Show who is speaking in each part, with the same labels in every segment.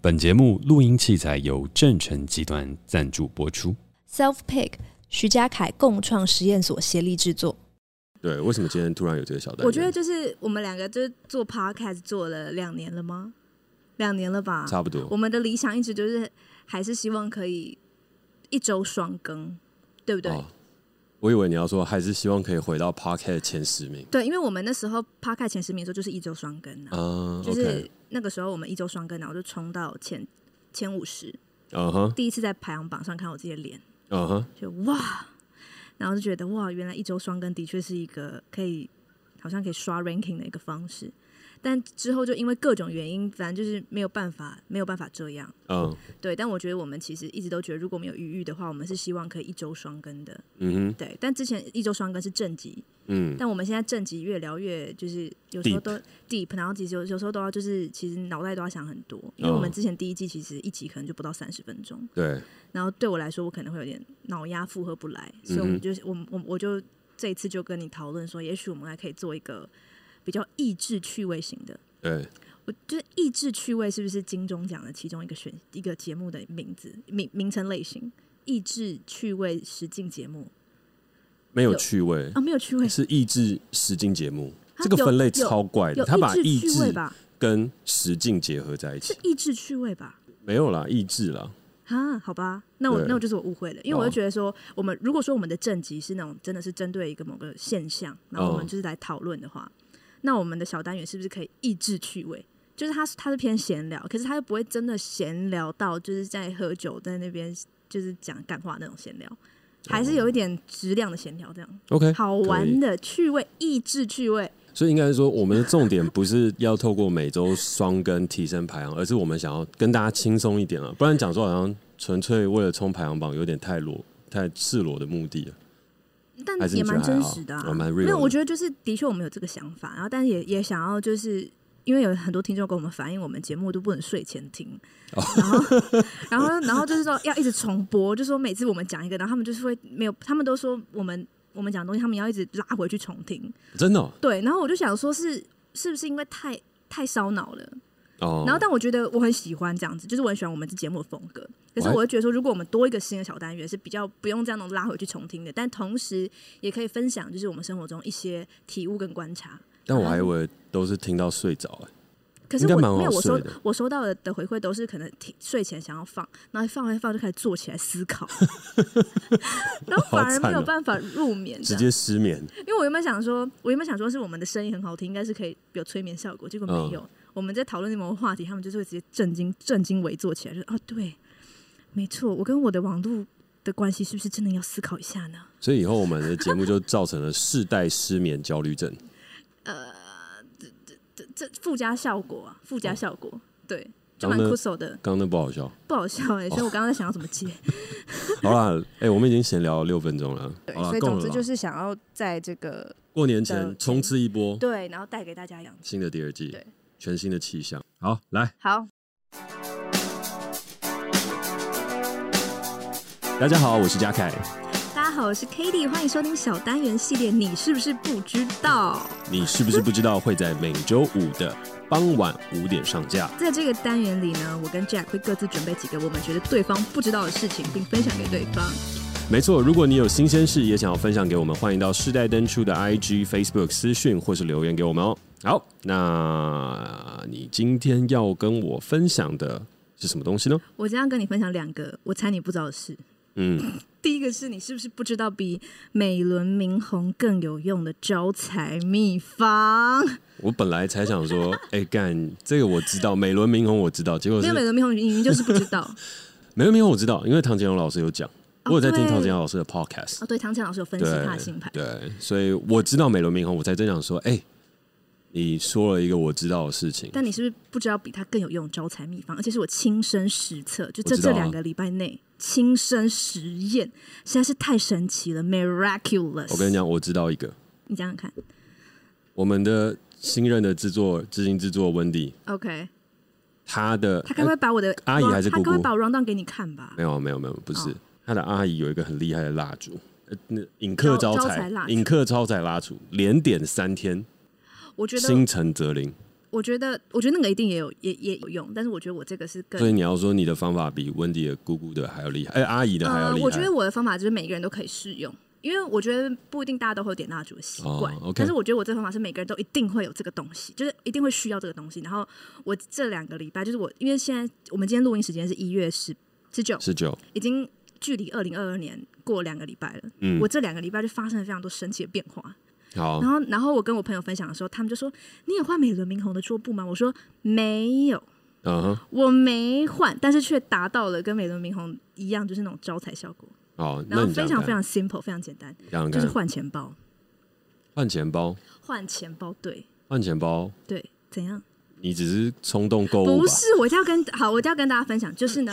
Speaker 1: 本节目录音器材由正成集团赞助播出。
Speaker 2: Self Pick 徐家凯共创实验所协力制作。
Speaker 3: 对，为什么今天突然有这个小单元？
Speaker 4: 我觉得就是我们两个就是做 podcast 做了两年了吗？两年了吧？
Speaker 3: 差不多
Speaker 4: 我们的理想一直就是还是希望可以一周双更，对不对？
Speaker 3: 哦我以为你要说还是希望可以回到 Podcast 前十名
Speaker 4: 对，因为我们那时候 podcast 前十名的时候就是一周双更啊，
Speaker 3: 啊
Speaker 4: 就
Speaker 3: ，OK，
Speaker 4: 是那个时候我们一周双更，然后就冲到前前五十，
Speaker 3: 嗯哼，
Speaker 4: 第一次在排行榜上看我自己的脸，
Speaker 3: 嗯哼，
Speaker 4: 就哇，然后就觉得哇，原来一周双更的确是一个可以好像可以刷 ranking 的一个方式。但之后就因为各种原因，反正就是没有办法，没有办法这样。
Speaker 3: 嗯
Speaker 4: 对，但我觉得我们其实一直都觉得，如果没有余裕的话，我们是希望可以一周双更的。
Speaker 3: 嗯哼，
Speaker 4: 对，但之前一周双更是正集，
Speaker 3: 嗯，
Speaker 4: 但我们现在正集越聊越就是有时候都 deep，然后其实有有时候都要就是其实脑袋都要想很多，因为我们
Speaker 3: 哦
Speaker 4: 之前第一季其实一集可能就不到三十分钟，
Speaker 3: 对，
Speaker 4: 然后对我来说我可能会有点脑压负荷不来，所以我
Speaker 3: 嗯哼
Speaker 4: 们就是我们我我就这一次就跟你讨论说，也许我们还可以做一个比较益智趣味型的。
Speaker 3: 对，
Speaker 4: 我就是益智趣味，是不是金钟奖的其中一个选一个节目的名字名名称类型？益智趣味实境节目
Speaker 3: 没有
Speaker 4: 有
Speaker 3: 趣味
Speaker 4: 啊，，没有趣味，
Speaker 3: 是益智实境节目，
Speaker 4: 啊
Speaker 3: 这个
Speaker 4: 有
Speaker 3: 分类
Speaker 4: 有
Speaker 3: 超怪的，
Speaker 4: 有
Speaker 3: 他把益
Speaker 4: 益智趣味
Speaker 3: 智
Speaker 4: 吧？
Speaker 3: 跟实境结合在一
Speaker 4: 是
Speaker 3: 起，
Speaker 4: 益智趣味吧？
Speaker 3: 没有啦，益智啦，
Speaker 4: 啊，好吧，那我
Speaker 3: 对
Speaker 4: 那我就是我误会了，因为
Speaker 3: 哦
Speaker 4: 我就觉得说，我们如果说我们的正集是那种真的是针对一个某个现象，然后我们
Speaker 3: 哦
Speaker 4: 就是来讨论的话，那我们的小单元是不是可以抑制趣味？就是它它是偏闲聊，可是它又不会真的闲聊到就是在喝酒在那边就是讲干话那种闲聊，还是有一点质量的闲聊，这样
Speaker 3: OK，
Speaker 4: 好
Speaker 3: 哦可以
Speaker 4: 玩的趣味，益智趣味。
Speaker 3: 所以应该是说，我们的重点不是要透过每周双更提升排行，而是我们想要跟大家轻松一点啊，不然讲说好像纯粹为了冲排行榜，有点太裸、太赤裸的目的了。
Speaker 4: 但
Speaker 3: 还是你
Speaker 4: 也
Speaker 3: 觉得还
Speaker 4: 蛮真
Speaker 3: 好
Speaker 4: 实的、
Speaker 3: 哦
Speaker 4: 啊，
Speaker 3: 蛮 real
Speaker 4: 没有，
Speaker 3: 的
Speaker 4: 我觉得就是的确我们有这个想法，然后但也也想要就是。因为有很多听众跟我们反映，我们节目都不能睡前听，
Speaker 3: 哦
Speaker 4: 然后，然后，然后就是说要一直重播，就说每次我们讲一个，然后他们就是会没有，他们都说我们我们讲的东西，他们要一直拉回去重听。
Speaker 3: 真的哦，
Speaker 4: 对，然后我就想说是，是不是因为太太烧脑了？
Speaker 3: 哦
Speaker 4: 然后，但我觉得我很喜欢这样子，就是我很喜欢我们这节目的风格。可
Speaker 3: 我
Speaker 4: 是
Speaker 3: 还
Speaker 4: 我会觉得说，如果我们多一个新的小单元，是比较不用这样弄拉回去重听的，但同时也可以分享，就是我们生活中一些体悟跟观察。
Speaker 3: 但我还以为都是听到睡着、欸，
Speaker 4: 可
Speaker 3: 应
Speaker 4: 是
Speaker 3: 该
Speaker 4: 我
Speaker 3: 蛮好
Speaker 4: 没有我收
Speaker 3: 睡的
Speaker 4: 我收到的的回馈都是可能听睡前想要放，然后放一放就开始坐起来思考， 然后反而没有办法入眠这
Speaker 3: 哦直
Speaker 4: 样。
Speaker 3: 接失眠。
Speaker 4: 因为我原本想说，我原本想说是我们的声音很好听，应该是可以有催眠效果，结果
Speaker 3: 嗯
Speaker 4: 没有。我们在讨论某个话题，他们就是会直接震惊、震惊围坐起来，就哦，对，没错，我跟我的网络的关系是不是真的要思考一下呢？
Speaker 3: 所以以后我们的节目就造成了世代失眠焦虑症。
Speaker 4: 呃这这附加效果啊，附加效果，对，就
Speaker 3: 哦然后
Speaker 4: 蛮
Speaker 3: 呢哦
Speaker 4: 酷手的，
Speaker 3: 刚刚那不好笑。
Speaker 4: 不好笑哎、所以我刚刚在想要怎么 接，
Speaker 3: 好啦，哎、我们已经闲聊了六分钟了，啊
Speaker 4: 对，
Speaker 3: 好啦
Speaker 4: 所以
Speaker 3: 够
Speaker 4: 总
Speaker 3: 了
Speaker 4: 之
Speaker 3: 啦。
Speaker 4: 就是想要在这个
Speaker 3: 过年
Speaker 4: 的
Speaker 3: 前
Speaker 4: 前
Speaker 3: 冲刺一波
Speaker 4: 对，然后带给大家养成。
Speaker 3: 新的第二季
Speaker 4: 对，
Speaker 3: 全新的气象。好，来。
Speaker 4: 好，
Speaker 3: 大家好，我是嘉凯。
Speaker 4: 大家好，我是 k a t i e 欢迎收听小单元系列，你是不是不知道？
Speaker 3: 你是不是不知道会在每周五的傍晚五点上架？
Speaker 4: 在这个单元里呢，我跟 Jack 会各自准备几个我们觉得对方不知道的事情，并分享给对方。
Speaker 3: 没错，如果你有新鲜事也想要分享给我们，欢迎到世代登出的 IG、Facebook 私讯或是留言给我们哦。好，那你今天要跟我分享的是什么东西呢？
Speaker 4: 我今天要跟你分享两个我猜你不知道的事。
Speaker 3: 嗯，
Speaker 4: 第一个是你是不是不知道比美轮明宏更有用的招财秘方？
Speaker 3: 我本来才想说， 哎、干这个我知道，美轮明宏我知道，结果
Speaker 4: 没
Speaker 3: 是
Speaker 4: 有美轮明宏，你明就是不知 道
Speaker 3: 美轮明宏我知道，因为唐建荣老师有讲，我有在听
Speaker 4: 哦对
Speaker 3: 唐建荣老师的 podcast，
Speaker 4: 哦。对，唐强老师有分析
Speaker 3: 对
Speaker 4: 他的星盘，
Speaker 3: 对，所以我知道美轮明宏，我才真想说，哎、你说了一个我知道的事情，
Speaker 4: 但你是不是不知道比他更有用的招财秘方？而且是我亲身实测，就
Speaker 3: 我
Speaker 4: 这
Speaker 3: 知道
Speaker 4: 这
Speaker 3: 啊
Speaker 4: 两个礼拜内亲身实验，实在是太神奇了，miraculous！
Speaker 3: 我跟你，讲，我知道一个，
Speaker 4: 你想想看
Speaker 3: 我们的新任的制作执行制作温迪，
Speaker 4: ，OK。
Speaker 3: 他的
Speaker 4: 他该不会把我的、
Speaker 3: 呃阿姨还是姑姑
Speaker 4: 他该不会把我 round down 给你看吧
Speaker 3: 没？有没有没有不是、
Speaker 4: 哦
Speaker 3: 他的阿姨有一个很厉害的蜡烛，呃，那引客招
Speaker 4: 招招
Speaker 3: 财
Speaker 4: 财蜡烛
Speaker 3: 引客招财蜡烛，连点三天，
Speaker 4: 我觉得
Speaker 3: 星辰则灵。
Speaker 4: 我觉得，我觉得那个一定也有，也也有用，但是我觉得我这个是更
Speaker 3: 所以你要说你的方法比温迪的姑姑的还要厉害，哎、阿姨的还要
Speaker 4: 呃，
Speaker 3: 厉害。
Speaker 4: 我觉得我的方法就是每个人都可以适用，因为我觉得不一定大家都会有点蜡烛的习惯，
Speaker 3: 哦，OK
Speaker 4: 但是我觉得我这个方法是每个人都一定会有这个东西，就是一定会需要这个东西。然后我这两个礼拜，就是我因为现在我们今天录音时间是一月十十九，
Speaker 3: 十九，
Speaker 4: 已经距离二零二二年过两个礼拜了。
Speaker 3: 嗯
Speaker 4: 我这两个礼拜就发生了非常多神奇的变化。
Speaker 3: 好
Speaker 4: 然，后，然后我跟我朋友分享的时候，他们就说：“你有换美轮明宏的桌布吗？”我说：“没有，
Speaker 3: 嗯哼，
Speaker 4: 我没换，但是却达到了跟美轮明宏一样，就是那种招财效果。”
Speaker 3: 好，
Speaker 4: 然
Speaker 3: 那
Speaker 4: 后
Speaker 3: 你
Speaker 4: 非
Speaker 3: 讲
Speaker 4: 常
Speaker 3: 讲
Speaker 4: 非常 simple，非常简单，
Speaker 3: 讲
Speaker 4: 就
Speaker 3: 讲
Speaker 4: 是
Speaker 3: 看
Speaker 4: 换钱包，
Speaker 3: 换钱包，
Speaker 4: 换钱包，对
Speaker 3: 换钱包，
Speaker 4: 对，怎样？
Speaker 3: 你只是冲动购物
Speaker 4: 不
Speaker 3: 吧？
Speaker 4: 是，我一定要跟好，我一定要跟大家分享，就 是呢，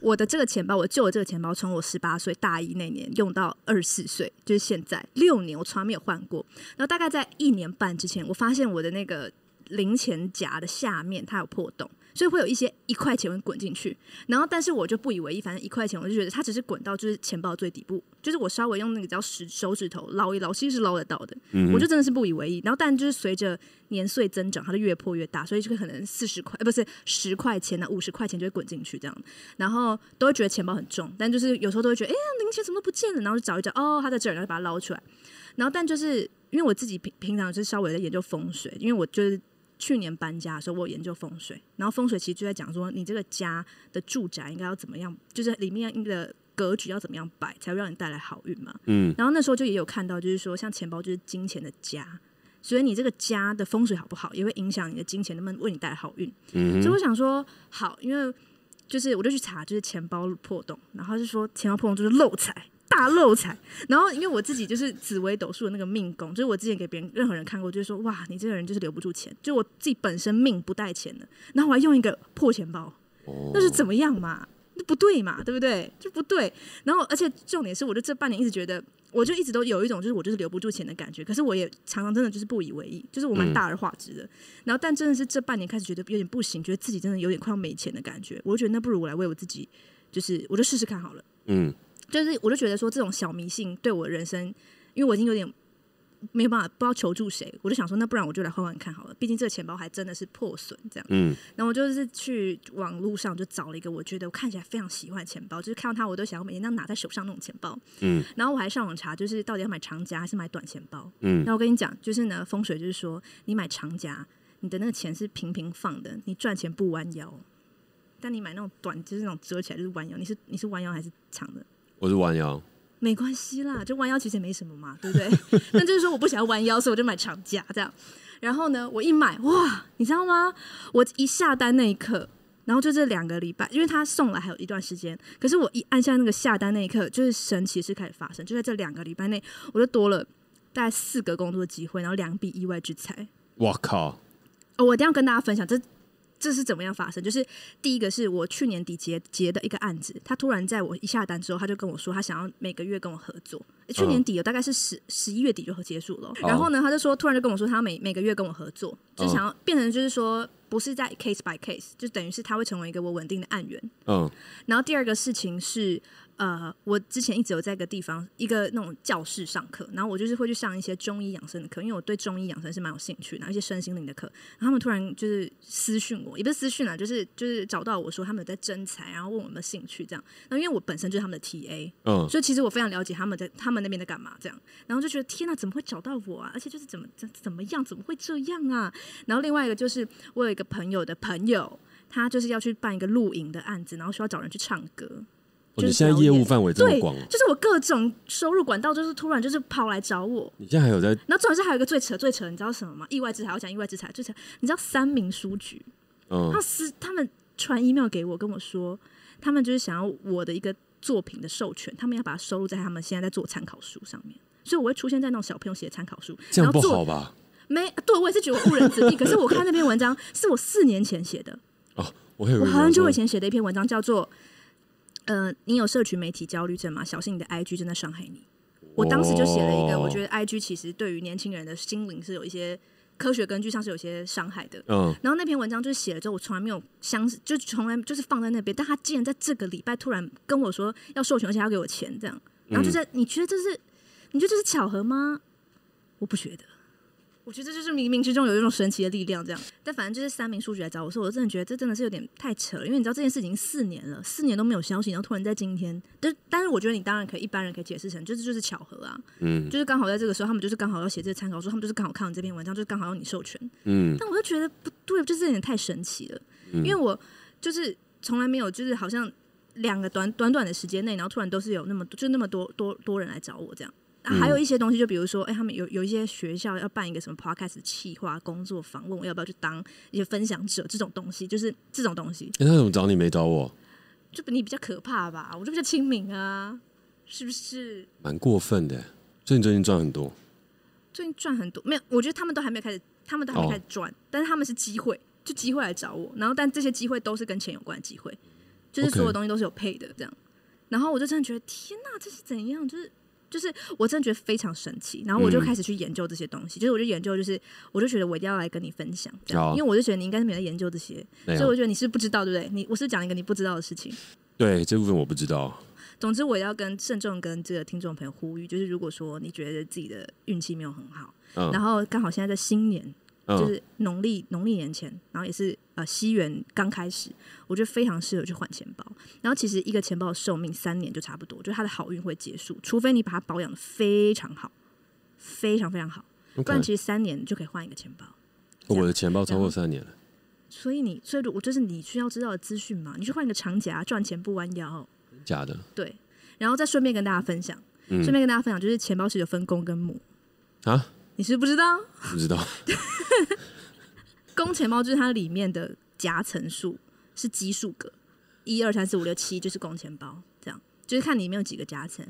Speaker 4: 我的这个钱包，我旧的这个钱包，从我十八岁大一那年用到二十四岁，就是现在六年，我从来没有换过。然后大概在一年半之前，我发现我的那个零钱夹的下面它有破洞。所以会有一些一块钱会滚进去，然后但是我就不以为意，反正一块钱我就觉得它只是滚到就是钱包的最底部，就是我稍微用那个叫食手指头捞一捞，其实是捞得到的。我就真的是不以为意。然后，但就是随着年岁增长，它就越破越大，所以就可能四十块，呃，不是十块钱啊，五十块钱就会滚进去这样。然后都会觉得钱包很重，但就是有时候都会觉得，哎、呀，零钱怎么都不见了？然后就找一找，哦，它在这儿，然后就把它捞出来。然后，但就是因为我自己平平常就是稍微在研究风水，因为我就是。去年搬家的时候，我有研究风水，然后风水其实就在讲说，你这个家的住宅应该要怎么样，就是里面的格局要怎么样摆，才会让你带来好运嘛。
Speaker 3: 嗯，
Speaker 4: 然后那时候就也有看到，就是说像钱包就是金钱的家，所以你这个家的风水好不好，也会影响你的金钱能不能为你带来好运。
Speaker 3: 嗯
Speaker 4: 所以
Speaker 3: 哼，
Speaker 4: 我想说，好，因为就是我就去查，就是钱包破洞，然后他就说钱包破洞就是漏财。大漏财，然后因为我自己就是紫微斗数的那个命宫，就是我之前给别人任何人看过，就是说哇，你这个人就是留不住钱，就我自己本身命不带钱的，然后我还用一个破钱包，
Speaker 3: 哦
Speaker 4: 那是怎么样嘛？那不对嘛，对不对？就不对。然后，而且重点是，我就这半年一直觉得，我就一直都有一种就是我就是留不住钱的感觉。可是我也常常真的就是不以为意，就是我蛮大而化之的。然后，但真的是这半年开始觉得有点不行，觉得自己真的有点快要没钱的感觉。我就觉得那不如我来为我自己，就是我就试试看好了。
Speaker 3: 嗯，
Speaker 4: 就是我就觉得说这种小迷信对我人生，因为我已经有点没有办法不知道求助谁，我就想说，那不然我就来换换看好了。毕竟这个钱包还真的是破损这样。
Speaker 3: 嗯，
Speaker 4: 然后我就是去网络上就找了一个我觉得我看起来非常喜欢的钱包，就是看到它我都想要每天这样拿在手上那种钱包。
Speaker 3: 嗯，
Speaker 4: 然后我还上网查，就是到底要买长夹还是买短钱包。
Speaker 3: 嗯
Speaker 4: 那我跟你讲，就是呢，风水就是说，你买长夹，你的那个钱是平平放的，你赚钱不弯腰。但你买那种短，就是那种折起来就是弯腰，你是你是弯腰还是长的？
Speaker 3: 我是弯腰，
Speaker 4: 没关系啦，就弯腰其实也没什么嘛， 对不对？但就是说我不想要弯腰，所以我就买长夹这样。然后呢，我一买哇，你知道吗？我一下单那一刻，然后就这两个礼拜，因为他送来还有一段时间，可是我一按下那个下单那一刻，就是神奇的事开始发生，就在这两个礼拜内，我就多了大概四个工作机会，然后两笔意外之财。
Speaker 3: 我靠，
Speaker 4: 哦，我一定要跟大家分享这。这是怎么样发生？就是第一个是我去年底结结的一个案子，他突然在我一下单之后，他就跟我说他想要每个月跟我合作。诶去年底有大概是十十一月底就结束了哦，然后呢，他就说突然就跟我说他每每个月跟我合作，就想要变成就是说不是在 case by case，就等于是他会成为一个我稳定的案源。
Speaker 3: 嗯
Speaker 4: 然后第二个事情是，呃，我之前一直有在一个地方，一个那种教室上课，然后我就是会去上一些中医养生的课，因为我对中医养生是蛮有兴趣的，然后一些身心灵的课。然后他们突然就是私讯我，也不是私讯啊，就是就是找到我说他们有在征才，然后问我有没有兴趣这样。那因为我本身就是他们的 TA，
Speaker 3: 嗯，
Speaker 4: 所以其实我非常了解他们在他们那边在干嘛，这样，然后就觉得天哪，怎么会找到我啊？而且就是怎么怎怎么样，怎么会这样啊？然后另外一个就是我有一个朋友的朋友，他就是要去办一个露营的案子，然后需要找人去唱歌，
Speaker 3: 我哦你现在业务范围这么
Speaker 4: 对
Speaker 3: 广哦，，
Speaker 4: 就是我各种收入管道，就是突然就是跑来找我。
Speaker 3: 你现在还有在
Speaker 4: 然后重点是还有一个最扯最扯，你知道什么吗？意外之财，我讲意外之财，最扯，你知道三明书局，
Speaker 3: 嗯
Speaker 4: 他私他们传 email 给我，跟我说他们就是想要我的一个作品的授权，他们要把它收录在他们现在在做参考书上面。所以我会出现在那种小朋友写的参考书，
Speaker 3: 这样
Speaker 4: 然后
Speaker 3: 不
Speaker 4: 做
Speaker 3: 好吧？
Speaker 4: 没对我也是觉得我误人子弟。可是我看那篇文章是我四年前 写的，
Speaker 3: 哦，我还以为
Speaker 4: 我
Speaker 3: 你
Speaker 4: 很
Speaker 3: 要
Speaker 4: 久
Speaker 3: 说
Speaker 4: 以前写的一篇文章，叫做“呃，你有社群媒体焦虑症吗？小心你的 IG 正在伤害你。”我当时就写了一个，
Speaker 3: 哦
Speaker 4: 我觉得 IG 其实对于年轻人的心灵是有一些科学根据上是有一些伤害的。
Speaker 3: 嗯，
Speaker 4: 然后那篇文章就是写了之后，我从来没有相，就从来就是放在那边，但他竟然在这个礼拜突然跟我说要授权，而且要给我钱，这
Speaker 3: 嗯
Speaker 4: 样，然后就在、你觉得这是，你觉得这是巧合吗？我不觉得，我我觉得这就是冥冥之中有一种神奇的力量，这样。但反正就是三名数据来找我说，我真的觉得这真的是有点太扯了，因为你知道这件事情四年了，四年都没有消息，然后突然在今天，但但是我觉得你当然可以，一般人可以解释成就是就是巧合啊，
Speaker 3: 嗯
Speaker 4: 就是刚好在这个时候，他们就是刚好要写这个参考书，他们就是刚好看了这篇文章，就是刚好要你授权。
Speaker 3: 嗯
Speaker 4: 但我就觉得不对，就是有点太神奇了，
Speaker 3: 嗯
Speaker 4: 因为我就是从来没有，就是好像两个短短短的时间内，然后突然都是有那么就那么多多多人来找我这样。啊还有一些东西，就比如说，哎、他们有有一些学校要办一个什么 podcast 的企划工作坊，问我要不要去当一些分享者，这种东西，就是这种东西，
Speaker 3: 诶哎那怎么找你没找我？
Speaker 4: 就比你比较可怕吧，我就比较亲民啊，是不是？
Speaker 3: 蛮过分的。所以你最近赚很多，
Speaker 4: 最近赚很多，没有，我觉得他们都还没有开始，他们都还没
Speaker 3: 哦
Speaker 4: 开始赚，但是他们是机会，就机会来找我，然后但这些机会都是跟钱有关的机会，就是
Speaker 3: OK
Speaker 4: 所有东西都是有配的这样，然后我就真的觉得天哪，这是怎样？就是就是我真的觉得非常神奇，然后我就
Speaker 3: 嗯
Speaker 4: 开始去研究这些东西，就是我就研究，就是我就觉得我一定要来跟你分享，这样，
Speaker 3: 好
Speaker 4: 因为我就觉得你应该是没有在研究这些，
Speaker 3: 啊没
Speaker 4: 所以我
Speaker 3: 有？
Speaker 4: 觉得你是不知道，对不对？你我是不是讲了一个你不知道的事情。
Speaker 3: 对这部分我不知道。
Speaker 4: 总之，我要跟慎重跟这个听众朋友呼吁，就是如果说你觉得自己的运气没有很好，
Speaker 3: 嗯
Speaker 4: 然后刚好现在在新年，就
Speaker 3: 嗯，
Speaker 4: 是农历农历年前，然后也是呃西元刚开始，我觉得非常适合去换钱包。然后其实一个钱包的寿命三年就差不多，就它的好运会结束，除非你把它保养的非常好，非常非常好，不
Speaker 3: OK
Speaker 4: 然其实三年就可以换一个钱包。
Speaker 3: 我的钱包超
Speaker 4: 啊
Speaker 3: 过三年了。
Speaker 4: 所以你，所以我就是你需要知道的资讯嘛，你去换一个长夹，赚钱不弯腰。
Speaker 3: 假的，
Speaker 4: 对，然后再顺便跟大家分享，
Speaker 3: 嗯
Speaker 4: 顺便跟大家分享，就是钱包是有分公跟母
Speaker 3: 啊，
Speaker 4: 你是不是不知道，
Speaker 3: 不 知道。
Speaker 4: 公钱包就是它里面的夹层数是奇数个，一二三四五六七就是公钱包，这样就是看里面有几个夹层。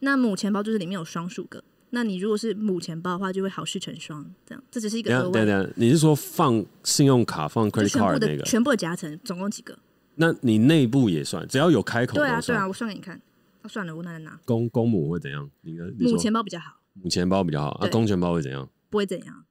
Speaker 4: 那母钱包就是里面有双数个，那你如果是母钱包的话，就会好事成双，这样这只是一
Speaker 3: 等
Speaker 4: 个
Speaker 3: 一
Speaker 4: 额
Speaker 3: 下
Speaker 4: 外
Speaker 3: 等一
Speaker 4: 的。
Speaker 3: 下，等一下，你是说放信用卡放
Speaker 4: 就
Speaker 3: credit
Speaker 4: 全部
Speaker 3: card
Speaker 4: 的、
Speaker 3: 那个？
Speaker 4: 全部的夹层总共几个？
Speaker 3: 那你内部也算，只要有开口
Speaker 4: 对啊
Speaker 3: 都
Speaker 4: 对
Speaker 3: 算。
Speaker 4: 啊，我算给你看。那、算了，我懒得拿。
Speaker 3: 公公母会怎样？你的你
Speaker 4: 母
Speaker 3: 说
Speaker 4: 钱包比较好，
Speaker 3: 母钱包比较好啊，
Speaker 4: 对
Speaker 3: 公钱包会怎样？
Speaker 4: 不会怎样。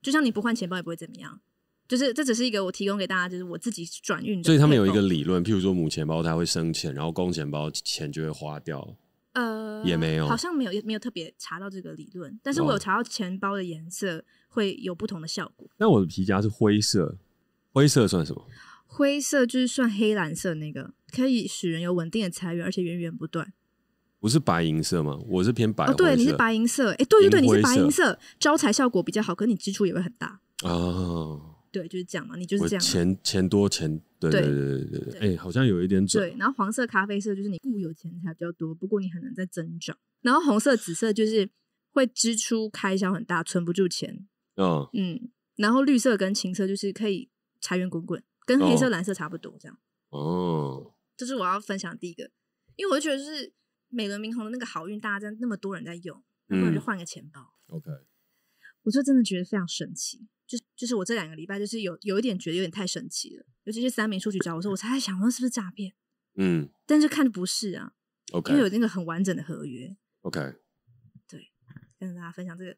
Speaker 4: 就像你不换钱包也不会怎么样。就是这只是一个我提供给大家，就是我自己转运的。
Speaker 3: 所以他们有一 个理论，譬如说母钱包它会生钱，然后公钱包钱就会花掉。
Speaker 4: 呃，
Speaker 3: 也没有
Speaker 4: 好像没有，也没有特别查到这个理论，但是我
Speaker 3: 哦
Speaker 4: 有查到钱包的颜色会有不同的效果。
Speaker 3: 但我的皮夹是灰色，灰色算什么？
Speaker 4: 灰色就是算黑蓝色那个，可以使人有稳定的财源，而且源源不断。
Speaker 3: 不是白银色吗？我是偏白
Speaker 4: 哦，
Speaker 3: 灰色。
Speaker 4: 对，你是白银色，哎，对对对，
Speaker 3: 银
Speaker 4: 你
Speaker 3: 灰
Speaker 4: 是白银色，招财效果比较好，可你支出也会很大。
Speaker 3: 哦，
Speaker 4: 对，就是这样嘛，你就是
Speaker 3: 我
Speaker 4: 这样啊嘛。
Speaker 3: 钱钱多钱，对对
Speaker 4: 对
Speaker 3: 对对对对，哎、好像有一点准。
Speaker 4: 对，然后黄色咖啡色就是你固有钱财比较多，不过你很难再增长。然后红色、紫色就是会支出开销很大，存不住钱，
Speaker 3: 嗯，
Speaker 4: 嗯，然后绿色跟青色就是可以财源滚滚，跟黑色、
Speaker 3: 哦
Speaker 4: 蓝色差不多这样。
Speaker 3: 哦，
Speaker 4: 这是我要分享的第一个，因为我就觉得就是美轮明宏的那个好运，大家真的那么多人在用，那不然就
Speaker 3: 嗯
Speaker 4: 换个钱包。
Speaker 3: OK，
Speaker 4: 我就真的觉得非常神奇，就是就是我这两个礼拜就是有有一点觉得有点太神奇了，尤其是三明数据找我说，我才在想说是不是诈骗，
Speaker 3: 嗯
Speaker 4: 但是看着不是啊，因为有
Speaker 3: ，OK
Speaker 4: 那个很完整的合约，
Speaker 3: OK，
Speaker 4: 跟大家分享这个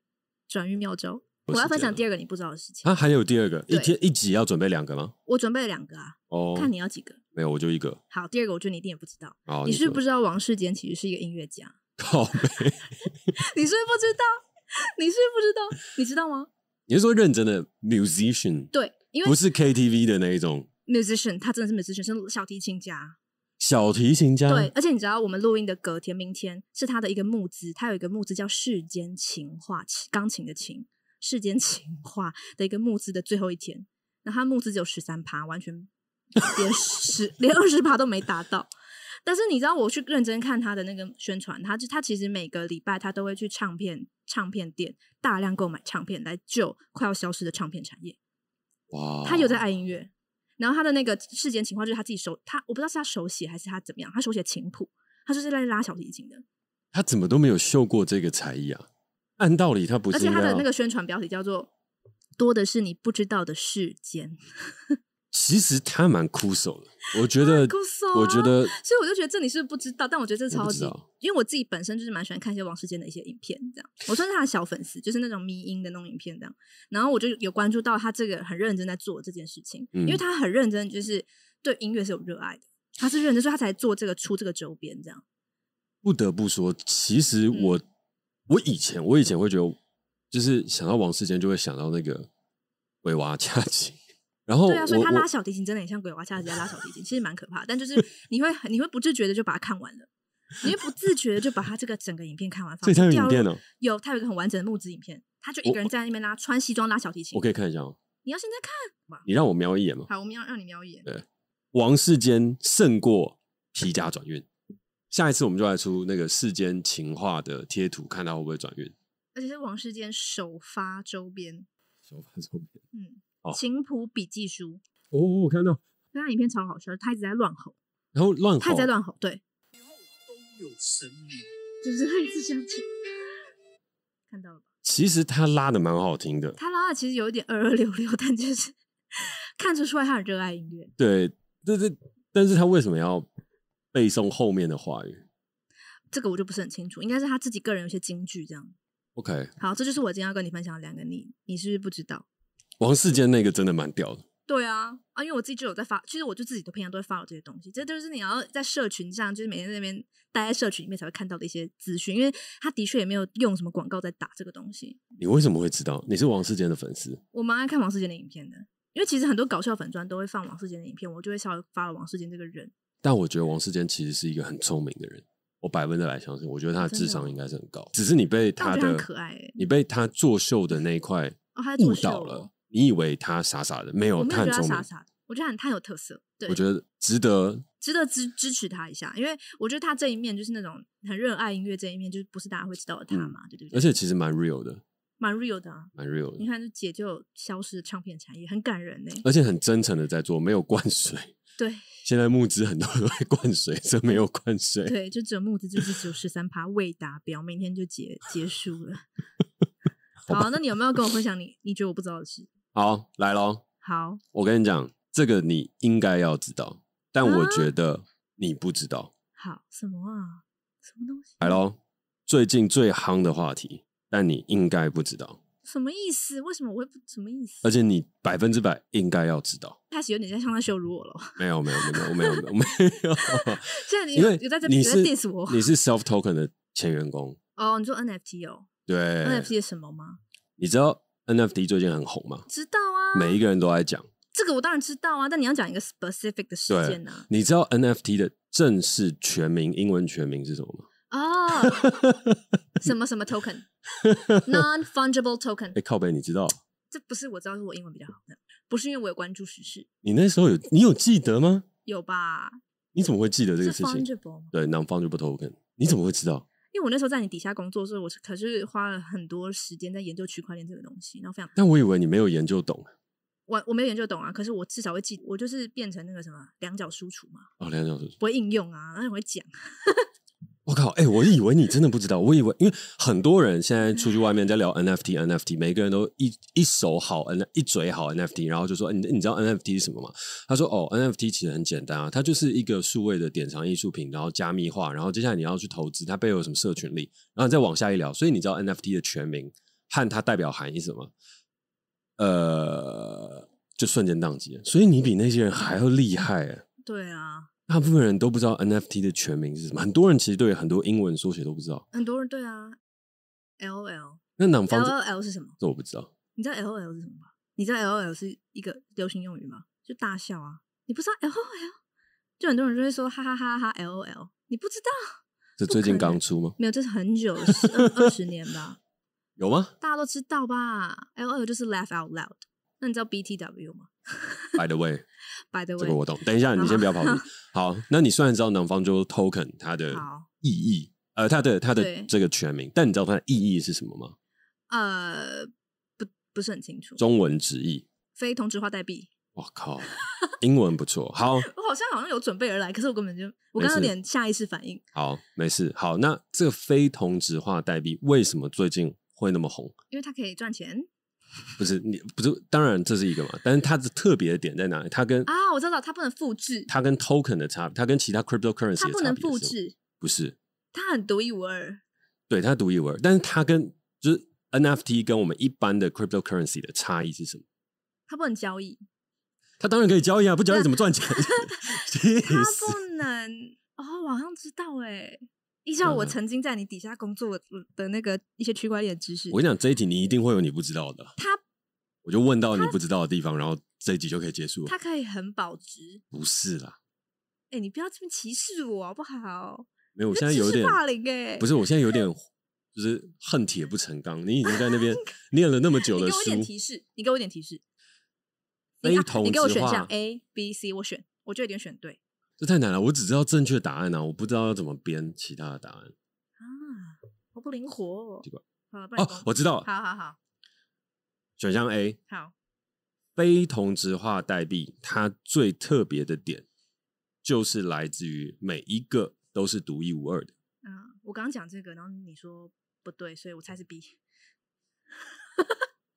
Speaker 4: 转运妙招。
Speaker 3: 我
Speaker 4: 我要
Speaker 3: 是
Speaker 4: 分
Speaker 3: 这
Speaker 4: 享
Speaker 3: 样
Speaker 4: 第二个你不知道的事情，
Speaker 3: 啊，还有第二个，一
Speaker 4: 对
Speaker 3: 天一集要准备两个吗？
Speaker 4: 我准备了两个啊，
Speaker 3: 哦，
Speaker 4: 看你要几个。
Speaker 3: 没有，我就一个。
Speaker 4: 好，第二个我觉得你一定也不知道。
Speaker 3: 哦，
Speaker 4: 你是不是不
Speaker 3: 是
Speaker 4: 知道王世坚其实是一个音乐家？
Speaker 3: 靠背？
Speaker 4: 你是不是不知道？ 你是不是不知道？你知道吗？
Speaker 3: 你是说认真的 musician，
Speaker 4: 对，因为
Speaker 3: 不是 KTV 的那一种
Speaker 4: musician 他真的是 musician，是小提琴家。
Speaker 3: 小提琴家？
Speaker 4: 对，而且你知道我们录音的隔天，明天是他的一个募资，他有一个募资叫“世间情话”，钢琴的琴，“世间情话”的一个募资的最后一天，那他募资只有十三趴，完全连十连二十趴都没达到。但是你知道，我去认真看他的那个宣传，他就他其实每个礼拜他都会去唱片唱片店大量购买唱片，来救快要消失的唱片产业。
Speaker 3: 哇，
Speaker 4: 他有在爱音乐，然后他的那个世间情况就是他自己手，他我不知道是他手写还是他怎么样，他手写琴谱，他就是在拉小提琴的，
Speaker 3: 他怎么都没有秀过这个才艺啊？按道理他不是
Speaker 4: 而且
Speaker 3: 应该啊
Speaker 4: 他
Speaker 3: 要，
Speaker 4: 的那个宣传标题叫做“多的是你不知道的世间
Speaker 3: 其实他蛮酷手的，我觉 得，
Speaker 4: 酷手啊
Speaker 3: 呃我觉得，”，
Speaker 4: 所以我就觉得这你是不是不知道，但我觉得这
Speaker 3: 我
Speaker 4: 超
Speaker 3: 不知
Speaker 4: 级
Speaker 3: 道，
Speaker 4: 因为我自己本身就是蛮喜欢看一些王世坚的一些影片，这样我算是他的小粉丝，就是那种迷音的那种影片这样，然后我就有关注到他这个很认真在做这件事情，因为
Speaker 3: 嗯
Speaker 4: 他很认真，就是对音乐是有热爱的。他是认真，所以他才做这个出这个周边这样。嗯
Speaker 3: 不得不说，其实我、我以前我以前会觉得，就是想到王世坚就会想到那个鬼娃恰吉， 然后
Speaker 4: 对啊，所
Speaker 3: 哦
Speaker 4: 以
Speaker 3: 我
Speaker 4: 他
Speaker 3: 我
Speaker 4: 拉小提琴真的很像鬼娃恰吉在拉小提琴，其实蛮可怕的。但就是你会你会不自觉的就把它看完了，你会不自觉的就把他这个整个影片看完。
Speaker 3: 所以他有影
Speaker 4: 掉入
Speaker 3: 片哦，
Speaker 4: 有他有一个很完整的募资影片，他就一个人在那边拉穿西装拉小提琴
Speaker 3: 我。可以看一下哦，
Speaker 4: 你要现在看吧。
Speaker 3: 你让我瞄一眼吗？
Speaker 4: 好，我们要让你瞄一眼。
Speaker 3: 王世坚胜过皮夹转运，下一次我们就来出那个世间情话的贴图，看他会不会转运。
Speaker 4: 而且是王世坚首发周边，
Speaker 3: 手把手边
Speaker 4: 嗯，
Speaker 3: 哦
Speaker 4: 琴谱笔记书，
Speaker 3: 哦，我看到，
Speaker 4: 那张影片超好笑，他一直在乱吼，
Speaker 3: 然后乱
Speaker 4: 他一
Speaker 3: 吼
Speaker 4: 直在乱吼，对，
Speaker 5: 有神明。
Speaker 4: 就是他一直想起，看到了吧？
Speaker 3: 其实他拉的蛮好听的，
Speaker 4: 他拉的其实有一点二二六六，但就是 看得出来他很热爱音乐。
Speaker 3: 对，但是但是他为什么要背诵后面的话语
Speaker 4: 这个我就不是很清楚，应该是他自己个人有些金句这样。
Speaker 3: ？OK，
Speaker 4: 好，这就是我今天要跟你分享的两个你，你是不是不知道？
Speaker 3: 王世坚那个真的蛮屌的，
Speaker 4: 对啊，啊，因为我自己就有在发，其实我就自己都平常都会发这些东西，这就是你要在社群上，就是每天在那边待在社群里面才会看到的一些资讯，因为他的确也没有用什么广告在打这个东西。
Speaker 3: 你为什么会知道？你是王世坚的粉丝？
Speaker 4: 我蛮爱看王世坚的影片的，因为其实很多搞笑粉专都会放王世坚的影片，我就会稍微发了王世坚这个人。
Speaker 3: 但我觉得王世坚其实是一个很聪明的人，我百分之百相信。我觉得他的
Speaker 4: 真的
Speaker 3: 智商
Speaker 4: 哦
Speaker 3: 应该是很高，只是你被
Speaker 4: 但我
Speaker 3: 他
Speaker 4: 觉得
Speaker 3: 的
Speaker 4: 他很可爱欸
Speaker 3: 你被他作秀的那一块
Speaker 4: 哦他在
Speaker 3: 误
Speaker 4: 作秀
Speaker 3: 导
Speaker 4: 哦
Speaker 3: 了，你以为他傻傻的，没有，
Speaker 4: 我没有
Speaker 3: 哦他很
Speaker 4: 觉得他
Speaker 3: 聪
Speaker 4: 傻
Speaker 3: 明。
Speaker 4: 傻的，我觉得他很他很有特色。对，
Speaker 3: 我觉得值得
Speaker 4: 值得支支持他一下，因为我觉得他这一面就是那种很热爱音乐这一面，就是不是大家会知道的他
Speaker 3: 嗯
Speaker 4: 嘛，对不对？
Speaker 3: 而且其实蛮 real 的，
Speaker 4: 蛮 real 的、啊，
Speaker 3: 蛮 real
Speaker 4: 你
Speaker 3: 的，
Speaker 4: 看就解救消失的唱片产业，很感人呢、
Speaker 3: 而且很真诚的在做，没有灌水。
Speaker 4: 对
Speaker 3: 现在募资很多都会灌水，真没有灌水。
Speaker 4: 对，就只有募资就是只有十三趴未达标，明天就结结 束了。好，那你有没有跟我分享你你觉得我不知道的事？
Speaker 3: 好，来喽，
Speaker 4: 好，
Speaker 3: 我跟你讲，这个你应该要知道，但我
Speaker 4: 啊
Speaker 3: 觉得你不知道。
Speaker 4: 好，什么啊？什么东西？
Speaker 3: 来喽，最近最夯的话题，但你应该不知道，
Speaker 4: 什么意思？为什么我会不什么意思？
Speaker 3: 而且你百分之百应该要知道。
Speaker 4: 开始有点像像在羞辱我了。
Speaker 3: 没有，没有，没有，没有，没有，没有。
Speaker 4: 现在你
Speaker 3: 因
Speaker 4: 有
Speaker 3: 为
Speaker 4: 有在这
Speaker 3: 你
Speaker 4: 有在
Speaker 3: 是
Speaker 4: diss 我？
Speaker 3: 你是 self token 的前员工，
Speaker 4: 哦，你说 NFT 哦
Speaker 3: 对
Speaker 4: ，NFT 是什么吗？
Speaker 3: 你知道 NFT 最近很红吗？
Speaker 4: 知道啊，
Speaker 3: 每一个人都在讲。
Speaker 4: 这个我当然知道啊，但你要讲一个 specific 的事
Speaker 3: 对
Speaker 4: 件 啊呢、
Speaker 3: 你知道 NFT 的正式全名英文全名是什么吗？
Speaker 4: 啊。哦，什么什 么 token，non fungible token，
Speaker 3: 哎，靠背，你知道？
Speaker 4: 这不是我知道，是我英文比较好的，不是因为我有关注时事，
Speaker 3: 你那时候有你有记得吗？
Speaker 4: 有吧？
Speaker 3: 你怎么会记得这
Speaker 4: 是
Speaker 3: 个事情？
Speaker 4: fungible 吗？
Speaker 3: 对，non fungible token，你怎么会知道？
Speaker 4: 因为我那时候在你底下工作的时候，我是可是花了很多时间在研究区块链这个东西，然后非常
Speaker 3: 但我以为你没有研究懂
Speaker 4: 我我没有研究懂啊，可是我至少会记，我就是变成那个什么两脚输出嘛，
Speaker 3: 哦，梁教授，
Speaker 4: 不会应用啊，然后我会讲，
Speaker 3: 我靠，哎、我以为你真的不知道，我以为因为很多人现在出去外面在聊 NFT NFT，每个人都一一手好 N 一嘴好 NFT，然后就说、哎你你知道 NFT 是什么吗？他说哦，NFT 其实很简单啊，它就是一个数位的典藏艺术品，然后加密化，然后接下来你要去投资，它背后有什么社群力，然后你再往下一聊，所以你知道 NFT 的全名和它代表含义是什么？呃，就瞬间宕机了，所以你比那些人还要厉害、欸。
Speaker 4: 对啊，
Speaker 3: 大部分人都不知道 NFT 的全名是什么，很多人其实对很多英文缩写都不知道。
Speaker 4: 很多人对啊，L O L
Speaker 3: 那南
Speaker 4: L
Speaker 3: 方
Speaker 4: O L 是什么？
Speaker 3: 这我不知道，
Speaker 4: 你知道 L O L 是什么吗？你知道 L O L 是一个流行用语吗？就大笑啊！你不知道 L O L，就很多人就会说哈哈哈哈 L O L，你不知道？
Speaker 3: 这
Speaker 4: 不
Speaker 3: 最近
Speaker 4: 可能
Speaker 3: 刚出吗？
Speaker 4: 没有，这是很久了，十二二十年吧，
Speaker 3: 有吗
Speaker 4: 大家都知道吧？L O L 就是 laugh out loud。那你知道 B T W 吗
Speaker 3: ？By the way，
Speaker 4: ？By the
Speaker 3: 这
Speaker 4: way，
Speaker 3: 个我懂。等一下，你先不要跑 题。好，那你虽然知道南方就 token 它的
Speaker 4: 好，
Speaker 3: 意义，呃，它的它的
Speaker 4: 对
Speaker 3: 这个全名，但你知道它的意义是什么吗？
Speaker 4: 呃，不不是很清楚。
Speaker 3: 中文直译，
Speaker 4: 非同质化代币，
Speaker 3: 我 靠，英文不错。好，
Speaker 4: 我好像好像有准备而来，可是我根本就我
Speaker 3: 没
Speaker 4: 刚刚有
Speaker 3: 事
Speaker 4: 点下意识反应，
Speaker 3: 好，没事。好，那这个非同质化代币为什么最近会那么红？
Speaker 4: 因为它可以赚钱
Speaker 3: 不是你不是，当然这是一个嘛，但是它的特别的点在哪里？它跟
Speaker 4: 啊！我知道它不能复制，
Speaker 3: 它跟 token 的差，它跟其他 cryptocurrency
Speaker 4: 它
Speaker 3: 的
Speaker 4: 不
Speaker 3: 差
Speaker 4: 能
Speaker 3: 别
Speaker 4: 复
Speaker 3: 是什么，
Speaker 4: 制，
Speaker 3: 不是，
Speaker 4: 它很独一无二。
Speaker 3: 对，它独一无二。但是它跟就是 NFT 跟我们一般的 cryptocurrency 的差异是什么？
Speaker 4: 它不能交易，
Speaker 3: 它当然可以交易啊，不 交易怎么赚钱？气
Speaker 4: 它
Speaker 3: 死！
Speaker 4: 不能哦，我好像知道哎、依照
Speaker 3: 嗯
Speaker 4: 我曾经在你底下工作的那个一些区块链的知识
Speaker 3: 我，跟你讲，这一题你一定会有你不知道的。
Speaker 4: 它
Speaker 3: 我就问到你不知道的地方，然后这一集就可以结束了。
Speaker 4: 它可以很保值。
Speaker 3: 不是啦，
Speaker 4: 哎、你不要这么歧视我好不好？
Speaker 3: 没有，我
Speaker 4: 你
Speaker 3: 现在
Speaker 4: 这
Speaker 3: 有
Speaker 4: 知识
Speaker 3: 点
Speaker 4: 霸凌哎
Speaker 3: 不是，我现在有点就是恨铁不成钢。你已经在那边 念了那么久
Speaker 4: 你
Speaker 3: 的
Speaker 4: 给我一
Speaker 3: 书，
Speaker 4: 点提示，你给我一点提示。
Speaker 3: 非
Speaker 4: 你啊
Speaker 3: 同
Speaker 4: 你给我
Speaker 3: 质
Speaker 4: 选
Speaker 3: 化
Speaker 4: 项 A、B、C，我选，我就一定选对
Speaker 3: 这太难了。我只知道正确答案啊，我不知道要怎么编其他的答案。
Speaker 4: 啊！我不灵活、哦
Speaker 3: 奇怪。
Speaker 4: 好，不然你
Speaker 3: 哦
Speaker 4: 公，
Speaker 3: 我知道了，
Speaker 4: 好好好
Speaker 3: 选项 A
Speaker 4: 好，
Speaker 3: 非同质化代币，它最特别的点就是来自于每一个都是独一无二的。
Speaker 4: 嗯，我刚刚讲这个，然后你说不对，所以我猜是 B。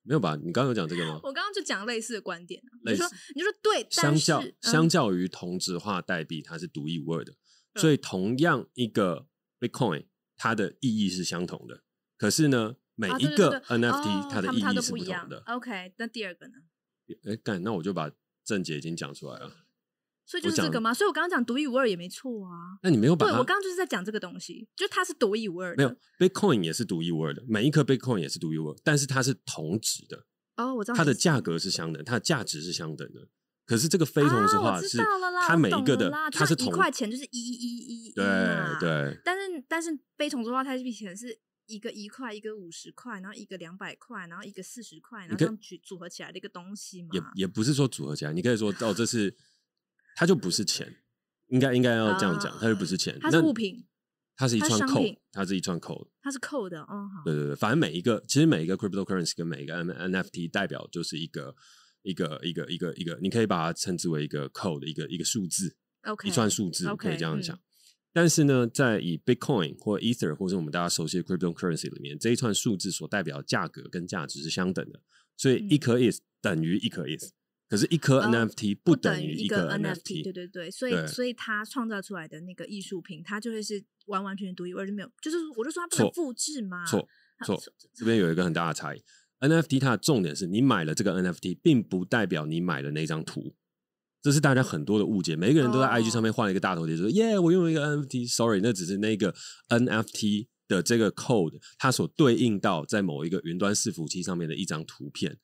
Speaker 3: 没有吧？你刚刚有讲这个吗？
Speaker 4: 我刚刚就讲类似的观点啊，你
Speaker 3: 类
Speaker 4: 就说
Speaker 3: 似
Speaker 4: 你就说对，
Speaker 3: 相
Speaker 4: 但是
Speaker 3: 较
Speaker 4: 嗯
Speaker 3: 相较于同质化代币，它是独一无二的，所以同样一个 Bitcoin，它的意义是相同的。可是呢，每
Speaker 4: 啊
Speaker 3: 一
Speaker 4: 对
Speaker 3: 个
Speaker 4: 对对对
Speaker 3: NFT
Speaker 4: 哦
Speaker 3: 它的
Speaker 4: 他
Speaker 3: 意
Speaker 4: 们它
Speaker 3: 义
Speaker 4: 都
Speaker 3: 是
Speaker 4: 不一
Speaker 3: 同
Speaker 4: 样
Speaker 3: 的。
Speaker 4: OK，那第二个呢？
Speaker 3: 哎，干，那我就把正解已经讲出来了。
Speaker 4: 所以就
Speaker 3: 我
Speaker 4: 是这
Speaker 3: 讲
Speaker 4: 个吗？所以我刚刚讲独一无二也没错啊。
Speaker 3: 那你没有把
Speaker 4: 对，我
Speaker 3: 它
Speaker 4: 刚刚就是在讲这个东西，就它是独一无二
Speaker 3: 没
Speaker 4: 的。
Speaker 3: 有 Bitcoin 也是独一无二的，每一颗 Bitcoin 也是独一无二，但是它是同值的，
Speaker 4: 哦，我知道
Speaker 3: 它
Speaker 4: 你
Speaker 3: 的
Speaker 4: 意思
Speaker 3: 价格是相等，它的价值是相等的。可是这个非同质
Speaker 4: 啊
Speaker 3: 化
Speaker 4: 我知
Speaker 3: 是
Speaker 4: 道了啦
Speaker 3: 它
Speaker 4: 我
Speaker 3: 每一
Speaker 4: 懂
Speaker 3: 个
Speaker 4: 了
Speaker 3: 的
Speaker 4: 啦，就
Speaker 3: 它
Speaker 4: 像
Speaker 3: 是
Speaker 4: 一
Speaker 3: 同
Speaker 4: 块啊钱就是一一一一，
Speaker 3: 对
Speaker 4: 嘛
Speaker 3: 对，
Speaker 4: 但是但是非同质化太币钱是一个一块，一个五十块，然后一个两百块，然后一个四十块，然后
Speaker 3: 可
Speaker 4: 这
Speaker 3: 以
Speaker 4: 样去组合起来的一个东西嘛。
Speaker 3: 也也不是说组合起来，你可以说哦，这是它就不是钱，应该应该要这样讲，
Speaker 4: 啊
Speaker 3: 它就不是钱，
Speaker 4: 它是
Speaker 3: 那
Speaker 4: 物品，
Speaker 3: 它是一
Speaker 4: 它是
Speaker 3: 串
Speaker 4: 商品
Speaker 3: 扣，它是一串扣。
Speaker 4: 它是扣的，哦，好，
Speaker 3: 对对对，反正每一个其实每一个 cryptocurrency 跟每一个 N NFT 代表就是一个一个一个一个一个，你可以把它称之为一个 code 一个一个数字
Speaker 4: OK，
Speaker 3: 一串数字
Speaker 4: OK，
Speaker 3: 可以这样讲。
Speaker 4: 嗯
Speaker 3: 但是呢，在以 Bitcoin 或 Ether 或是我们大家熟悉的 cryptocurrency 里面，这一串数字所代表的价格跟价值是相等的，所以一颗 is 等于一颗 is，可是，一颗
Speaker 4: 嗯哦
Speaker 3: NFT
Speaker 4: 不
Speaker 3: 等
Speaker 4: 于
Speaker 3: 一
Speaker 4: 个
Speaker 3: 颗
Speaker 4: NFT，对对对，所以
Speaker 3: 对
Speaker 4: 所以它创造出来的那个艺术品，它就会是完完全全独一无二，就没有，就是我就说它不能
Speaker 3: 错
Speaker 4: 复制嘛，
Speaker 3: 错
Speaker 4: 它，
Speaker 3: 错，这边有一个很大的差异。NFT 它的重点是你买了这个 NFT，并不代表你买了那张图，这是大家很多的误解。每一个人都在
Speaker 4: 哦
Speaker 3: IG 上面画了一个大头贴，说耶，我拥有一个 NFT，sorry，那只是那个 NFT 的这个 code 它所对应到在某一个云端伺服器上面的一张图片，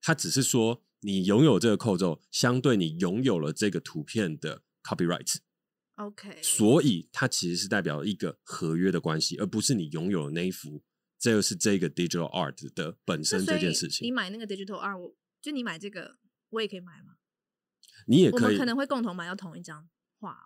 Speaker 3: 它只是说你拥有这个 code 之后，相对你拥有了这个图片的 copyright。
Speaker 4: OK，
Speaker 3: 所以它其实是代表一个合约的关系，而不是你拥有的那一幅。这就是这个 digital art 的本
Speaker 4: 那
Speaker 3: 身
Speaker 4: 所
Speaker 3: 这件
Speaker 4: 以
Speaker 3: 事情
Speaker 4: 你，买那个 Digital 二，我就你买这个，我也可以买吗？
Speaker 3: 你也
Speaker 4: 我
Speaker 3: 可
Speaker 4: 们
Speaker 3: 以
Speaker 4: 可，能会共同买到同一张画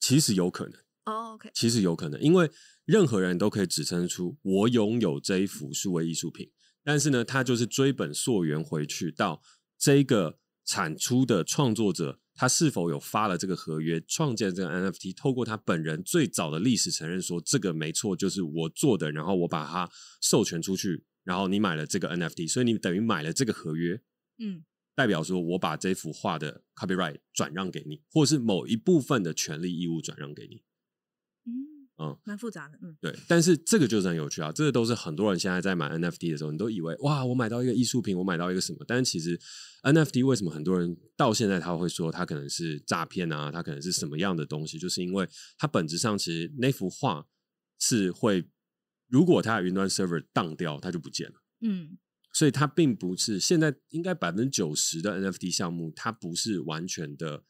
Speaker 3: 其实有可能，
Speaker 4: 哦。哦 OK，
Speaker 3: 其实有可能，因为任何人都可以指称出我拥有这一幅数位艺术品，但是呢，它就是追本溯源回去到这个产出的创作者，他是否有发了这个合约，创建这个 NFT，透过他本人最早的历史承认说这个没错，就是我做的，然后我把它授权出去，然后你买了这个 NFT，所以你等于买了这个合约，
Speaker 4: 嗯，
Speaker 3: 代表说我把这幅画的 copyright 转让给你，或是某一部分的权利义务转让给你。
Speaker 4: 嗯
Speaker 3: 嗯
Speaker 4: 蛮复杂的，嗯，
Speaker 3: 对，但是这个就是很有趣啊，这个都是很多人现在在买 NFT 的时候，你都以为哇，我买到一个艺术品，我买到一个什么？但是其实 NFT 为什么很多人到现在他会说它可能是诈骗啊，它可能是什么样的东西？就是因为它本质上其实那幅画是会，如果它的云端 server 当掉，它就不见了。
Speaker 4: 嗯，
Speaker 3: 所以它并不是现在应该百分之九十的 NFT 项目，它不是完全的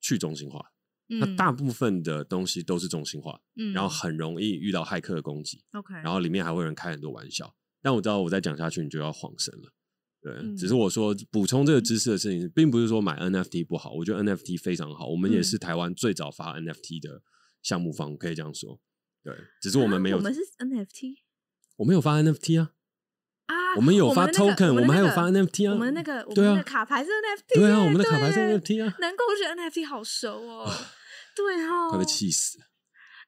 Speaker 3: 去中心化，它
Speaker 4: 嗯
Speaker 3: 大部分的东西都是中心化，
Speaker 4: 嗯，
Speaker 3: 然后很容易遇到骇客的攻击。
Speaker 4: OK，
Speaker 3: 然后里面还会有人开很多玩笑。但我知道我再讲下去你就要晃神了。对，
Speaker 4: 嗯
Speaker 3: 只是我说补充这个知识的事情，并不是说买 NFT 不好，我觉得 NFT 非常好，我们也是
Speaker 4: 嗯
Speaker 3: 台湾最早发 NFT 的项目方，可以这样说。对，只是我们没有，
Speaker 4: 啊我们是 NFT
Speaker 3: 我们有发 NFT 啊，
Speaker 4: 啊，
Speaker 3: 我们有发
Speaker 4: 的那个
Speaker 3: token，
Speaker 4: 我
Speaker 3: 我们还有
Speaker 4: 那个
Speaker 3: 发 NFT 啊
Speaker 4: 我们那个我
Speaker 3: 对
Speaker 4: 们
Speaker 3: 啊
Speaker 4: 的卡牌是 NFT，
Speaker 3: 对啊，
Speaker 4: 耶
Speaker 3: 我们的卡牌是
Speaker 4: 对耶
Speaker 3: NFT 啊，
Speaker 4: 难怪我觉得 NFT 好熟 哦，对哦，
Speaker 3: 快被气死了。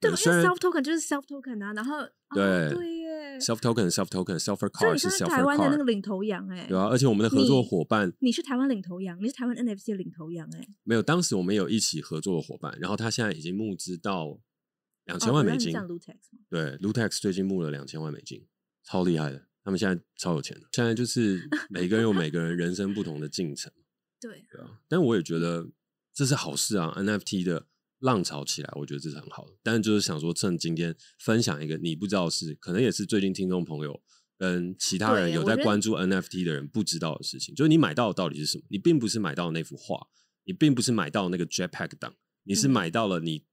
Speaker 4: 对，
Speaker 3: 对
Speaker 4: 因为
Speaker 3: 呃虽然
Speaker 4: self token 就是 self token 啊，然后哦
Speaker 3: 对
Speaker 4: 对耶，
Speaker 3: self token self token self r
Speaker 4: 所以
Speaker 3: card
Speaker 4: 你
Speaker 3: 是
Speaker 4: 算
Speaker 3: self
Speaker 4: 是
Speaker 3: r
Speaker 4: 台湾的那个
Speaker 3: card，
Speaker 4: 领头羊哎，
Speaker 3: 对啊，而且我们的合作
Speaker 4: 你
Speaker 3: 伙伴
Speaker 4: 你是台湾领头羊，你是台湾 NFT 的领头羊哎，
Speaker 3: 没有，当时我们有一起合作的伙伴，然后他现在已经募资到两千
Speaker 4: 哦
Speaker 3: 万
Speaker 4: 我让
Speaker 3: 美
Speaker 4: 你
Speaker 3: 金，
Speaker 4: 讲 Lutex 吗
Speaker 3: 对，Lutex 最近募了两千万美金，超厉害的，他们现在超有钱的。现在就是每个人有每个人人生不同的进程，
Speaker 4: 对，
Speaker 3: 对啊。但我也觉得这是好事啊，NFT 的浪潮起来，我觉得这是很好的。但是就是想说，趁今天分享一个你不知道的事，可能也是最近听众朋友跟其他人
Speaker 4: 对
Speaker 3: 有
Speaker 4: 我
Speaker 3: 在
Speaker 4: 觉得
Speaker 3: 关注 NFT 的人不知道的事情，就是你买到的到底是什么？你并不是买到那幅画，你并不是买到那个 JPEG 档，你是
Speaker 4: 嗯
Speaker 3: 买到了你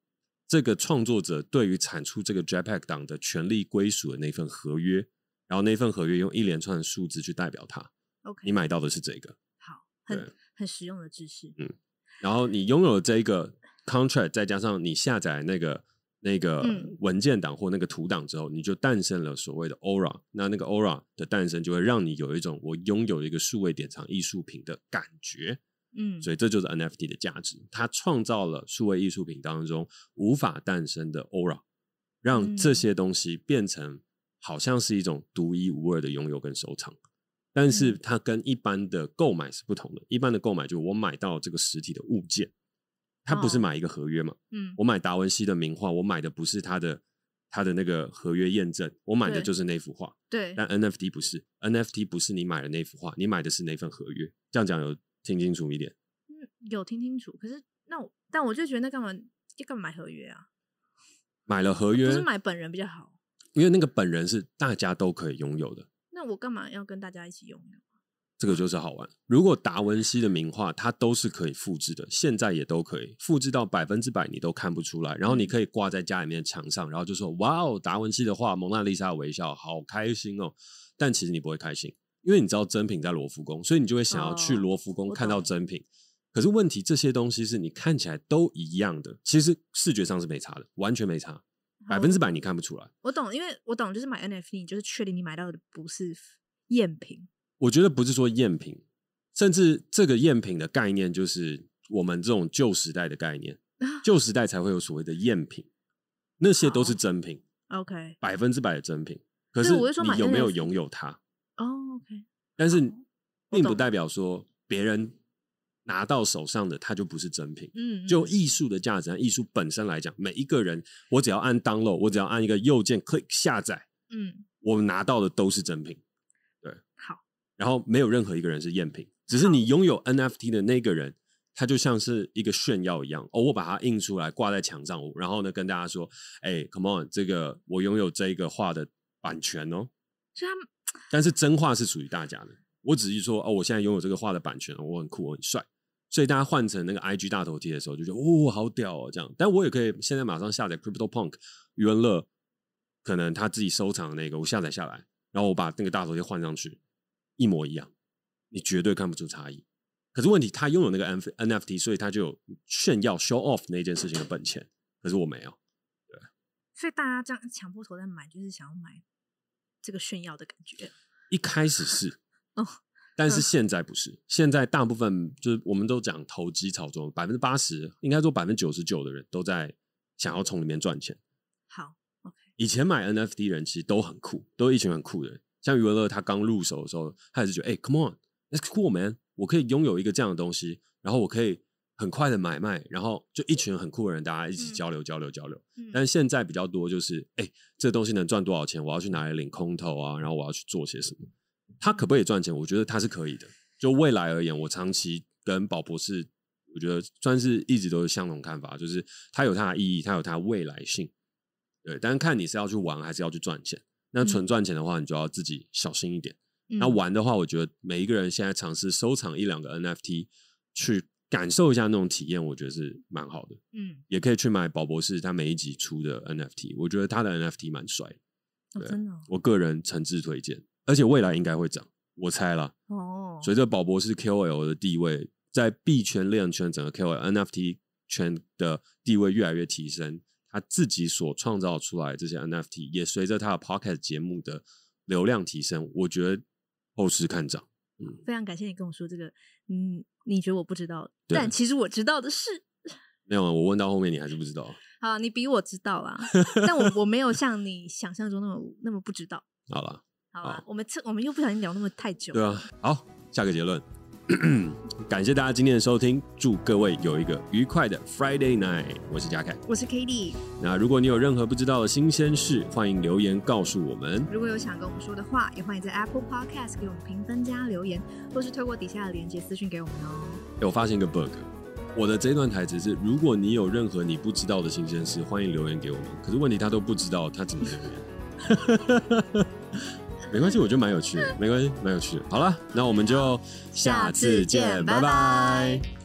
Speaker 3: 这个创作者对于产出这个 JPEG 档的权利归属的那份合约，然后那份合约用一连串的数字去代表它。你
Speaker 4: ，OK，
Speaker 3: 买到的是这个，
Speaker 4: 好，
Speaker 3: 对
Speaker 4: 很，很实用的知识。
Speaker 3: 然后你拥有了这一个 contract，再加上你下载那个那个
Speaker 4: 嗯
Speaker 3: 文件档或那个图档之后，你就诞生了所谓的 aura。那那个 aura 的诞生，就会让你有一种我拥有一个数位典藏艺术品的感觉。
Speaker 4: 嗯，
Speaker 3: 所以这就是 NFT 的价值，它创造了数位艺术品当中无法诞生的 aura，让
Speaker 4: 嗯
Speaker 3: 这些东西变成好像是一种独一无二的拥有跟收藏。但是
Speaker 4: 嗯
Speaker 3: 它跟一般的购买是不同的，一般的购买就是我买到这个实体的物件，它不是
Speaker 4: 哦
Speaker 3: 买一个合约嘛？
Speaker 4: 嗯，
Speaker 3: 我买达文西的名画，我买的不是它的它的那个合约验证，我买的
Speaker 4: 对
Speaker 3: 就是那幅画。
Speaker 4: 对，
Speaker 3: 但 NFT 不是，NFT 不是你买的那幅画，你买的是那份合约。这样讲有听清楚一点？
Speaker 4: 嗯有听清楚。可是那我，但我就觉得那干嘛要干嘛买合约啊？
Speaker 3: 买了合
Speaker 4: 不
Speaker 3: 约
Speaker 4: 是，买本人比较好。
Speaker 3: 因为那个本人是大家都可以拥有的，
Speaker 4: 那我干嘛要跟大家一起用呢？
Speaker 3: 这个就是好玩。如果达文西的名画，它都是可以复制的，现在也都可以复制到百分之百，你都看不出来。然后
Speaker 4: 嗯
Speaker 3: 你可以挂在家里面的墙上，然后就说：“哇哦，达文西的画《蒙娜丽莎的微笑》，好开心哦。”但其实你不会开心，因为你知道真品在罗浮宫，所以你就会想要去
Speaker 4: 哦
Speaker 3: 罗浮宫
Speaker 4: 我
Speaker 3: 看到
Speaker 4: 懂
Speaker 3: 真品。可是问题，这些东西是你看起来都一样的，其实视觉上是没差的，完全没差，
Speaker 4: 好
Speaker 3: 百分之百你看不出来。
Speaker 4: 我懂，因为我懂，就是买 NFT，你就是确定你买到的不是赝品。
Speaker 3: 我觉得不是说赝品，甚至这个赝品的概念就是我们这种旧时代的概念，
Speaker 4: 啊
Speaker 3: 旧时代才会有所谓的赝品，那些都是真品，
Speaker 4: OK，
Speaker 3: 百分之百的真品。可
Speaker 4: 对
Speaker 3: 是
Speaker 4: 我就说买
Speaker 3: 你有没有
Speaker 4: NFT
Speaker 3: 拥有它？
Speaker 4: 哦，OK，
Speaker 3: 但是
Speaker 4: 我
Speaker 3: 并不
Speaker 4: 懂
Speaker 3: 代表说别人拿到手上的它就不是真品。
Speaker 4: 嗯，
Speaker 3: 就
Speaker 4: 嗯
Speaker 3: 艺术的价值和艺术本身来讲，每一个人，我只要按 download，我只要按一个右键 click 下载，
Speaker 4: 嗯，
Speaker 3: 我拿到的都是真品。
Speaker 4: 好，
Speaker 3: 然后没有任何一个人是赝品，只是你拥有 NFT 的那个人，他就像是一个炫耀一样。哦，我把它印出来挂在墙上，然后呢跟大家说，哎，come on，这个我拥有这个画的版权哦。
Speaker 4: 所以他们
Speaker 3: 但是真画是属于大家的，我只是说哦，我现在拥有这个画的版权，我很酷，我很帅。所以大家换成那个 IG 大头贴的时候，就觉得哦，好屌哦，这样。但我也可以现在马上下载 Crypto Punk 余文乐，可能他自己收藏的那个，我下载下来，然后我把那个大头贴换上去，一模一样，你绝对看不出差异。可是问题，他拥有那个 N NFT，所以他就有炫耀 show off 那件事情的本钱，可是我没有。
Speaker 4: 所以大家这样强迫头在买，就是想要买这个炫耀的感觉。
Speaker 3: 一开始是，
Speaker 4: 哦
Speaker 3: 但是现在不是。现在大部分就是我们都讲投机炒作，百分之八十，应该说百分之九十九的人都在想要从里面赚钱。
Speaker 4: 好，
Speaker 3: 以前买 NFT 人其实都很酷，都是一群很酷的人。像余文乐他刚入手的时候，他也是觉得，哎、c o m e on，that's cool man，我可以拥有一个这样的东西，然后我可以很快的买卖，然后就一群很酷的人，大家一起
Speaker 4: 嗯
Speaker 3: 交流、交流交流。
Speaker 4: 嗯，
Speaker 3: 但是现在比较多就是，哎、这东西能赚多少钱？我要去哪里领空投啊？然后我要去做些什么？它可不可以赚钱？我觉得它是可以的。就未来而言，我长期跟宝博士，我觉得算是一直都是相同看法，就是它有它的意义，它有它的未来性。对，但是看你是要去玩还是要去赚钱。那纯
Speaker 4: 嗯
Speaker 3: 赚钱的话，你就要自己小心一点。
Speaker 4: 嗯
Speaker 3: 那玩的话，我觉得每一个人现在尝试收藏一两个 NFT，去感受一下那种体验，我觉得是蛮好的。
Speaker 4: 嗯，
Speaker 3: 也可以去买宝博士他每一集出的 NFT，我觉得他的 NFT 蛮帅的，
Speaker 4: 哦，
Speaker 3: 对
Speaker 4: 真的哦
Speaker 3: 我个人诚挚推荐，而且未来应该会涨，我猜啦。
Speaker 4: 哦，
Speaker 3: 随着宝博士 KOL 的地位在币圈、链圈整个 KOL NFT 圈的地位越来越提升，他自己所创造出来的这些 NFT 也随着他的 Podcast 节目的流量提升，我觉得后市看涨。
Speaker 4: 哦非常感谢你跟我说这个，嗯，你觉得我不知道，
Speaker 3: 对
Speaker 4: 但其实我知道的是，
Speaker 3: 没有，我问到后面你还是不知道。
Speaker 4: 好，你比我知道啦，但我我没有像你想象中那么那么不知道。
Speaker 3: 好了，
Speaker 4: 好啦
Speaker 3: 好，
Speaker 4: 我们这我们又不小心聊那么太久，
Speaker 3: 哦对啊，好，下个结论， 感谢大家今天的收听，祝各位有一个愉快的 Friday night，我是嘉凯。
Speaker 4: 我是 k d
Speaker 3: 那如果你有任何不知道的新鲜事，欢迎留言告诉我们。
Speaker 4: 如果有想跟我们说的话，也欢迎在 Apple Podcast 给我们评分加留言，或是透过底下的连接私讯给我们哦。
Speaker 3: 欸我发现一个 bug，我的这段台词是：如果你有任何你不知道的新鲜事，欢迎留言给我们。可是问题他都不知道，他怎么留言？ 没关系，我觉得蛮有趣的，没关系，蛮有趣的。好了，那我们就
Speaker 4: 下次见拜拜